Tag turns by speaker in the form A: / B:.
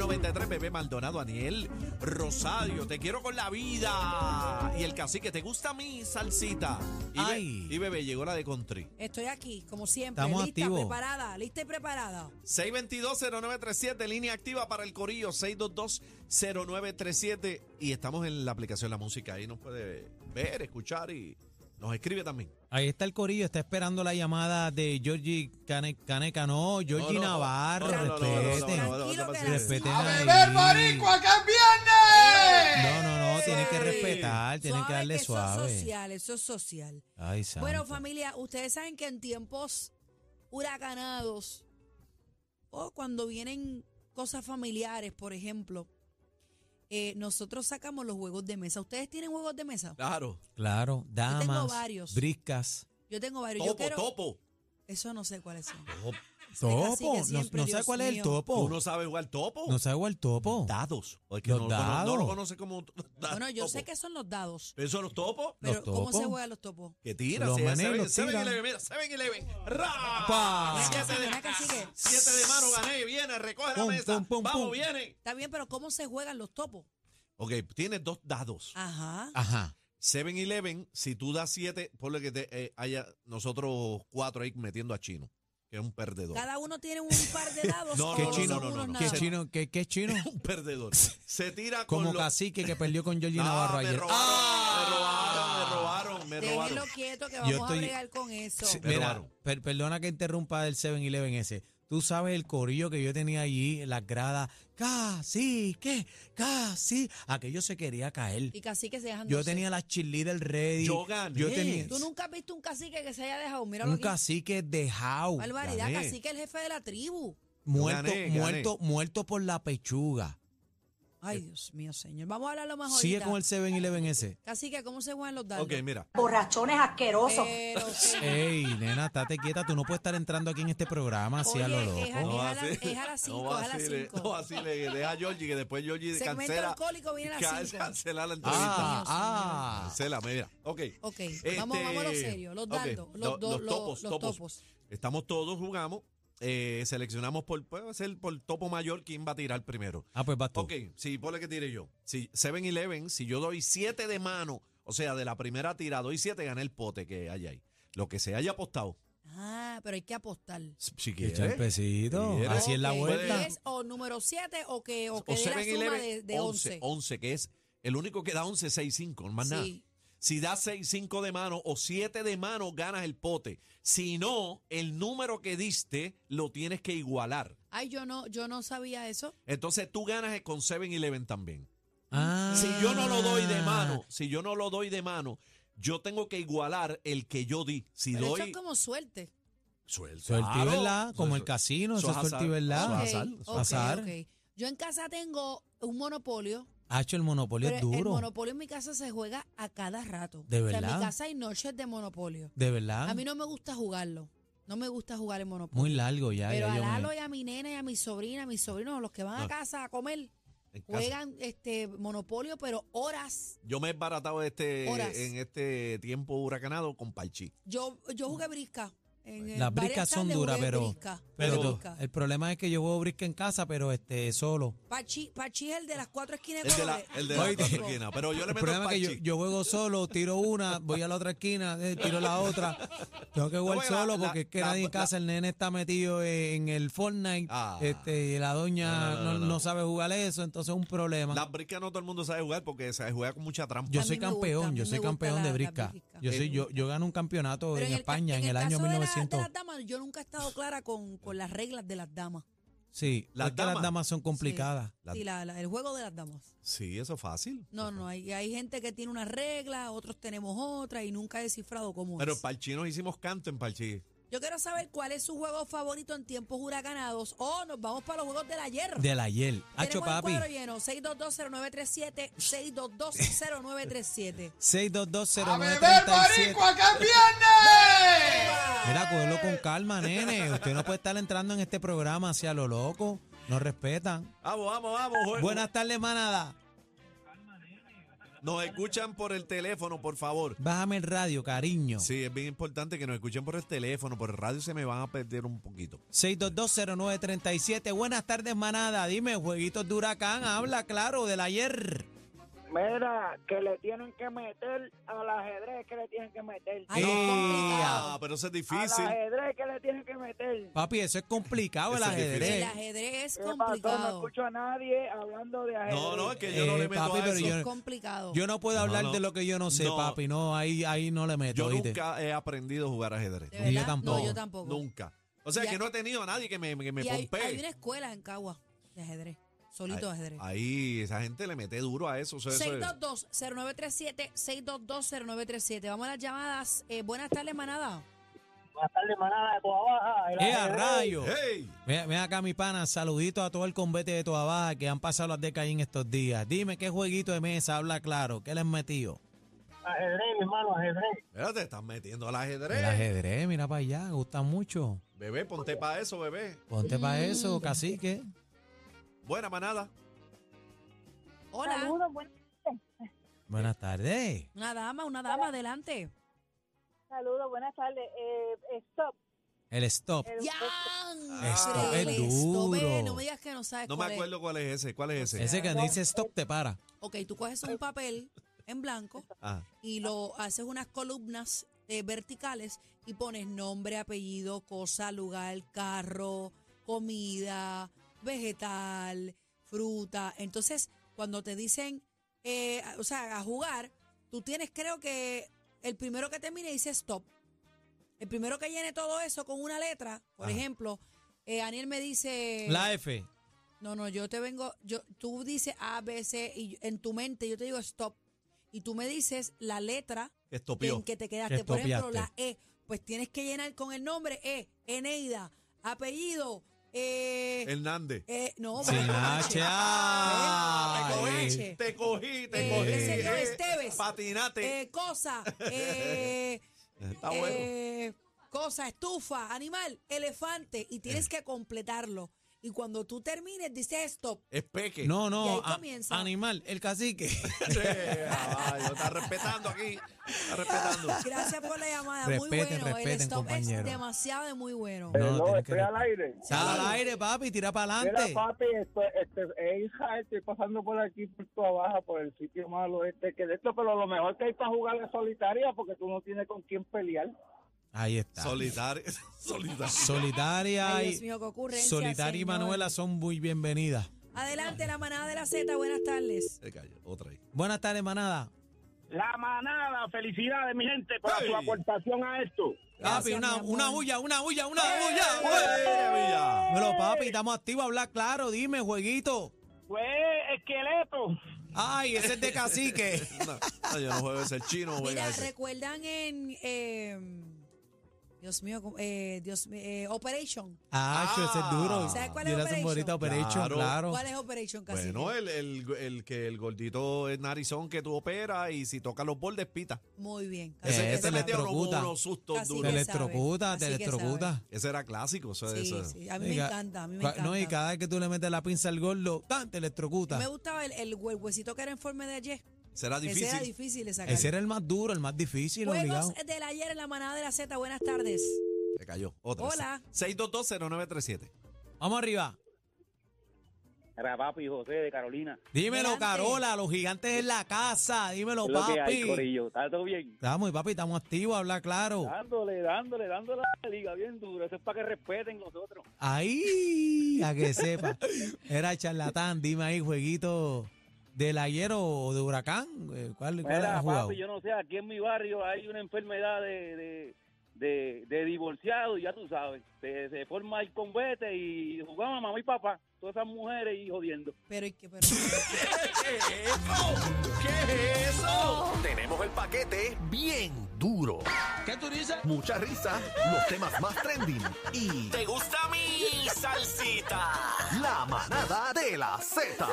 A: Z93, bebé Maldonado, Aniel Rosario, te quiero con la vida. Y el cacique, ¿te gusta mi salsita? Y, be-
B: Ay.
A: y bebé, llegó la de country.
C: Estoy aquí, como siempre,
B: Estamos
C: lista,
B: activos.
C: preparada, lista y preparada.
A: 622-0937, línea activa para el corillo, 622-0937. Y estamos en la aplicación La Música, ahí nos puede ver, escuchar y nos escribe también.
B: Ahí está el corillo, está esperando la llamada de Georgie Cane- Caneca, no, Georgie
A: No, no,
B: Navarro,
A: no, no, no, no, no, no,
B: respeten.
A: no, no, no, no, no, no,
B: Respeten
C: ¡A eh.
B: ahí.
D: que es viernes!
B: No, no, no, tienen que
A: Ey.
B: respetar, tienen Ah, que darle
C: eso es
B: suave.
C: social, eso es social.
B: Ay, santo.
C: Bueno, familia, ustedes saben que en tiempos huracanados o cuando vienen cosas familiares, por ejemplo, eh, nosotros sacamos los juegos de mesa. ¿Ustedes tienen juegos de mesa?
A: Claro.
B: Claro, damas,
C: varios.
B: briscas.
C: Yo tengo varios.
A: Topo,
C: Yo quiero-
A: topo.
C: Eso no sé cuáles son.
A: Topo.
C: Este cacique
B: Topo, no,
C: siempre,
B: no sabe
C: Dios
B: cuál es el
C: mío.
A: ¿Tú
B: topo.
A: no sabes jugar topo?
B: No sabe cuál es el topo.
A: Dados. Oh. O es que
B: Los
A: no, lo cono- no lo
B: dados.
A: conoce como t- da-
C: Bueno, yo sé
A: topo.
C: que son los dados,
A: ¿Eso son los topos?
C: pero
B: Los
C: ¿cómo se
B: topos.
C: juegan los topos?
A: Que tira,
B: Los
A: se
B: manes
A: se ven,
B: los
A: se ven y
B: tiran.
A: le ven, mira, se ven y le ven. ¡Ra!
B: Pa.
A: Siete, de,
C: Mira, cacique.
A: siete de mano gané, viene, recoge la
B: Pum,
A: mesa.
B: pum, pum,
A: Vamos,
B: pum.
A: viene.
C: Está bien, pero ¿cómo se juegan los topos?
A: Ok, tienes dos dados.
C: Ah. Ajá.
B: Ajá.
A: 7-Eleven, si tú das 7, por lo que te, eh, haya nosotros cuatro ahí metiendo a Chino, que es un perdedor.
C: Cada uno tiene un par de dados.
A: No,
C: o
A: no,
B: no,
C: son
B: no,
A: no, no,
C: unos
A: no.
B: ¿Qué
C: nada
A: se-
C: más?
B: chino? ¿Qué, qué chino?
A: Es un perdedor. Se tira con
B: Como
A: los...
B: cacique que perdió con Georgie
A: Ah,
B: Navarro
A: me
B: ayer.
A: robaron, me robaron, me robaron, me
C: Déjenlo
A: robaron.
C: quieto que
B: Yo
C: vamos
B: estoy-
C: a bregar con eso.
B: Sí,
A: Me
B: Mira,
A: robaron.
B: per- perdona que interrumpa el 7-Eleven ese. Tú sabes el corillo que yo tenía allí en las gradas. Casi, ¿qué? Casi. Aquello se quería caer.
C: Y cacique se dejan
B: Yo
C: no sé.
B: tenía las cheerleader ready.
A: Yo gané.
B: Yo tenía
C: Tú nunca has visto un cacique que se haya dejado. Míralo
B: un
C: aquí.
B: cacique dejado.
C: Barbaridad,
A: gané.
C: cacique es el jefe de la tribu.
B: Muerto,
A: gané, gané.
B: muerto, muerto por la pechuga.
C: Ay, Dios mío, señor. Vamos a hablarlo más
B: Eh. Sigue
C: ahorita.
B: con el 7-Eleven ese.
C: Cacique, ¿cómo se juegan los dados?
A: Ok, mira.
E: borrachones asquerosos.
C: Pero, que-
B: Ey, nena, estate quieta. Tú no puedes estar entrando aquí en este programa así a lo
C: Oye, es
B: loco.
C: a-
A: va
C: las-
A: así.
C: es a las cinco,
A: No va
C: es a las
A: así, le-
C: cinco.
A: No, así le deja a Georgie, que después Georgie
C: Segmento
A: cancela.
C: alcohólico viene a las
A: can-
C: cinco.
A: Cancela la entrevista.
B: Ah,
C: Dios mío,
B: ah.
A: Cancela, mira. Ok.
C: Ok, vamos,
A: Este,
C: vamos a lo serio. Los
A: ok,
C: dados,
A: lo-
C: los, do-
A: los
C: los-
A: topos,
C: los
A: topos.
C: topos.
A: Estamos todos, jugamos. eh, seleccionamos por, puede ser por topo mayor quién va a tirar primero.
B: Ah, pues vas tú.
A: Ok, sí, ponle que tire yo. Si 7-Eleven, si yo doy 7 de mano, o sea, de la primera tirada doy 7, gané el pote que hay ahí. Lo que se haya apostado,
C: Ah, pero hay que apostar.
A: si si quieres.
B: Echa el pesito.
A: ¿Quieres?
B: Así es la
C: Ok,
B: vuelta.
C: diez o número 7 o que, o que
A: O
C: dé la suma
A: 7-Eleven,
C: de, de
A: 11,
C: 11.
A: 11, que es el único que da 11, 6, 5, más nada.
C: Sí.
A: Si da 6, 5 de mano o 7 de mano, ganas el pote. Si no, el número que diste lo tienes que igualar.
C: Ay, yo no, yo no sabía eso.
A: Entonces tú ganas con 7-Eleven también.
B: Ah.
A: Si yo no lo doy de
C: Ah.
A: mano, si yo no lo doy de mano, yo tengo que igualar el que yo di. Si
C: Pero
A: doy
C: Eso es como suerte.
A: suelta.
B: Suerte y verdad, como el casino, eso es
A: Eso es
B: suerte y
A: azar.
B: verdad.
A: Eso
C: Ok,
A: es azar.
C: ok,
B: Azar.
C: ok. Yo en casa tengo un monopolio.
B: Hacho, el monopolio
C: pero
B: es
C: El
B: duro.
C: monopolio en mi casa se juega a cada rato.
B: ¿De
C: O sea, en
B: verdad? Ah.
C: mi casa hay noches de monopolio.
B: de verdad.
C: A mí no me gusta jugarlo. No me gusta jugar el monopolio.
B: Muy largo ya.
C: pero
B: ya
C: a
B: yo me-
C: Lalo y a mi nena y a mi sobrina, a mis sobrinos, los que van
A: No.
C: a casa a comer,
A: En casa.
C: juegan este monopolio, pero horas.
A: Yo me he embaratado
C: Horas.
A: este, en este tiempo huracanado con Parchi.
C: Yo, yo jugué brisca. En- en
B: Las
C: varias
B: briscas son
C: tardes
B: duras,
C: jugué
B: pero,
C: brisca,
B: pero
A: Pero-
B: tú- el problema es que yo juego brisca en casa, pero este solo.
C: Pachi, Pachi es el de las cuatro esquinas.
A: El de la,
C: colores.
A: el de la
B: Oye,
A: cuatro esquinas, Pero yo le
B: El
A: meto
B: problema es que
A: Parchi.
B: yo, yo juego solo, tiro una, voy a la otra esquina, eh, tiro la otra. Tengo que jugar
A: porque la-
B: solo
A: la-
B: porque es que
A: la-
B: nadie en
A: la-
B: casa, el nene está metido eh, en el Fortnite,
A: Ah.
B: este, y la doña
A: No,
B: no,
A: no, no, no.
B: no sabe jugar eso, entonces es un problema.
A: Las briscas no todo el mundo sabe jugar porque se juega con mucha trampa.
B: yo
C: A
B: soy
C: mí me gusta, a
B: campeón,
C: mí
B: yo
C: me
B: soy
C: gusta
B: campeón
C: la-
B: de
C: la
B: brisca.
C: brisca.
B: Yo soy
A: Eh,
B: yo yo gané un campeonato
C: Pero
B: en,
C: el ca-
B: España en el, año
C: caso de la-
B: 1900.
C: De, las damas, yo nunca he estado clara con, con las reglas de las damas.
B: Sí,
A: Las
B: es que las
A: damas.
B: damas son complicadas.
A: La-
C: Sí, la- la- el juego de las damas.
A: Sí, eso es fácil.
C: No, no, hay, hay gente que tiene una regla, otros tenemos otra y nunca he descifrado cómo
A: Pero en
C: es.
A: Parchi nos hicimos canto en Parchi.
C: Yo quiero saber cuál es su juego favorito en tiempos huracanados. Oh, nos vamos para los juegos del ayer.
B: De la hiel. Hacho
C: Tenemos el
B: papi.
C: cuadro lleno, 6220937, 6220937.
B: 6220937.
D: que es viernes!
B: Mira, cógelo con calma, nene. Usted no puede estar entrando en este programa hacia lo loco. No respetan.
A: Vamos, vamos, vamos. jue-
B: Buenas tardes, manada.
A: Uh, Nos escuchan por el teléfono, por favor.
B: Bájame el radio, cariño.
A: Sí, es bien importante que nos escuchen por el teléfono, por el radio se me van a perder un poquito.
B: 6220937. Buenas tardes, manada. Dime, jueguitos de huracán, habla claro del ayer.
E: Mira, que le tienen que meter al ajedrez que le tienen que meter.
C: Ay, qué
B: Eh,
C: complicado.
A: Ah, pero eso es
E: Al
A: difícil.
E: ajedrez que le tienen que meter.
B: Papi, eso es complicado el
A: Eso es
C: El
B: ajedrez.
C: ajedrez es
E: ¿Qué pasó? No
C: complicado.
E: escucho a nadie hablando de ajedrez.
A: No, no, es que yo no
B: Eh,
A: le meto
B: papi,
A: a
B: pero
A: eso.
C: Es
B: yo-
C: complicado.
B: Yo no puedo
A: No,
B: hablar
A: no.
B: de lo que yo no sé,
A: No.
B: papi. No, ahí, ahí no le meto.
A: Yo
B: ¿oíste?
A: nunca he aprendido a jugar ajedrez.
C: ¿De
B: Ni yo
C: verdad?
B: tampoco.
C: No, yo tampoco.
A: Nunca. O sea,
C: Y hay-
A: que no he tenido a nadie que me, que me
C: Y hay,
A: pompee.
C: hay una escuela en Cagua de ajedrez. Solito de ajedrez.
A: Ahí, esa gente le mete duro a eso. o sea, eso es-
C: 622-0937, 622-0937. Vamos a las llamadas. Eh, buenas tardes, manada.
E: Buenas tardes, manada de Toa Baja. El
B: ¡Eh, a
E: ajedrez.
B: rayo!
A: ¡Hey!
B: Mira, mira acá, mi pana. Saludito a todo el convete de Toa Baja que han pasado las décadas en estos días. Dime, ¿qué jueguito de mesa? Habla claro. ¿Qué le han metido?
E: Ajedrez, mi hermano, ajedrez.
A: Espérate, te estás metiendo al
B: El
A: ajedrez.
B: ajedrez, mira para allá. Gusta mucho.
A: Bebé, ponte para eso, bebé.
B: Ponte para
C: Mm.
B: eso, cacique.
A: Buena manada.
C: Hola.
F: Saludos, buen-
B: Buenas tardes.
C: Una dama, una dama, adelante.
F: saludos, buenas tardes. Eh, stop.
B: El stop.
F: el-
C: ¡Ya!
A: Stop
B: es duro.
C: no me digas que no sabes
A: No me
C: cuál es.
A: acuerdo cuál es ese. ¿Cuál es ese?
B: Ese que dice stop te para.
C: Ok, tú coges un papel en blanco
A: Ajá.
C: y lo haces unas columnas eh, verticales y pones nombre, apellido, cosa, lugar, carro, comida, vegetal, fruta. Entonces, cuando te dicen, eh, o sea, a jugar, tú tienes, creo que el primero que termine dice stop. El primero que llene todo eso con una letra, por
A: Ajá.
C: ejemplo, eh, Aniel me dice...
B: La F.
C: No, no, yo te vengo, yo, tú dices A, B, C, y yo- en tu mente yo te digo stop, y tú me dices la letra en
A: Estopió.
C: que te quedaste.
B: Que
C: Por ejemplo, la
B: estopiaste.
C: E, pues tienes que llenar con el nombre E, Eneida, apellido, eh,
A: Hernández.
C: eh, no,
B: Sin
C: con
B: H.
C: H.
B: ay.
A: te
C: con
A: cogí,
C: H.
A: te cogí, te
C: Ah, Eh,
A: cogí.
C: qué sé yo,
A: Eh,
C: Esteves.
A: Patinate.
C: eh, cosa, eh,
A: Está bueno.
C: eh, cosa, estufa, animal, elefante, y tienes que completarlo. Y cuando tú termines, dices stop.
A: Es peque.
B: No,
C: Y
B: no.
C: ahí
B: a-
C: comienza.
B: animal, el cacique.
A: Sí, caballo, está respetando aquí. Está respetando.
C: Gracias por la llamada. muy
B: Respeten,
C: bueno. el
B: respeten,
C: stop
B: compañero.
C: es demasiado de muy bueno.
B: No, no,
E: Hello,
B: tiene que
E: estoy al
B: respetar.
E: aire.
B: Sal al aire, papi, tira para
E: Mira,
B: adelante.
E: papi, esto, este, eh, hija, estoy pasando por aquí, por Toa Baja, por el sitio malo este que de esto, pero lo mejor que hay para jugar es solitaria porque tú no tienes con quién pelear.
B: Ahí está.
A: Solitario. Solitario.
B: Solitaria
C: Ay,
B: y
C: Dios mío, qué ocurrencia,
B: Solitaria y
C: señor.
B: Manuela son muy bienvenidas.
C: Adelante, la manada de la Z. Buenas tardes.
A: Se calla, Otra ahí.
B: Buenas tardes, manada.
E: La manada, felicidades mi gente por
A: ¡Hey!
E: su aportación a esto.
C: Gracias,
B: papi, una,
C: mi amor.
B: una bulla, una bulla, una
A: ¡Eh,
B: bulla.
A: Villa!
B: Pero papi, estamos activos a hablar claro. Dime, jueguito.
E: Pues esqueleto.
B: Ay, ese es de cacique.
A: No, no, yo no juego ese. El chino juega
C: Mira,
A: ese.
C: recuerdan en. eh, Dios mío, ¿cómo- eh, Dios mío, eh, Operation.
B: Ah, ese es duro.
C: ¿Sabes cuál es
B: Mira, son
C: Operation?
B: bonitas Operation,
A: Claro.
B: claro.
C: ¿Cuál es Operation, Cacique?
A: Bueno, eh. el, el, el que el gordito es narizón que tú operas y si toca los bordes pita.
C: Muy bien.
A: Ese,
C: Cacique
B: Ese
A: ese
B: te
C: sabe.
A: metió como
B: electrocuta.
A: unos sustos
C: Eh, este Casi
B: Te
A: duros.
C: que-
B: electrocuta, te
C: Así que sabe.
B: electrocuta.
A: Ese era clásico. Eso,
C: Sí,
A: eso.
C: sí, a mí me
B: Oiga,
C: encanta, a mí me
B: cua-
C: encanta.
B: No, y cada vez que tú le metes la pinza al gordo, ¡tan! te electrocuta.
C: Me gustaba el, el huevuecito que era en forma de ayer.
A: Ese era difícil.
C: Ese era difícil de sacar.
B: Ese era el más duro, el más difícil,
C: Juegos
B: obligado.
C: del ayer en la manada de la Z. Buenas tardes.
A: Se cayó. Otra.
C: Hola.
A: 6220937.
B: Vamos arriba.
E: Era papi José de Carolina.
B: Dímelo,
C: Adelante.
B: Carola, los gigantes en la casa. Dímelo,
E: Es lo que hay,
B: Oh, papi. Oh.
E: Corillo. Está todo bien.
B: Estamos, papi, estamos activos, habla claro.
E: Dándole, dándole, dándole a la liga bien duro. Eso es para que respeten nosotros.
B: Ahí, a que sepa. Era charlatán, dime ahí, jueguito del ayer o de huracán. eh, ¿Cuál, cuál
E: Mira,
B: has jugado?
E: papi, yo no sé, aquí en mi barrio hay una enfermedad de, de, de, de divorciado, y ya tú sabes. Se, se forma el convete y jugaban mamá y papá, todas esas mujeres y jodiendo.
C: Pero, ¿y qué- pero...
D: ¿Qué es eso? Tenemos el paquete bien duro.
B: ¿Qué tú dices?
D: Mucha risa, los temas más trending y... ¿Te gusta mi salsita? La manada de la Z.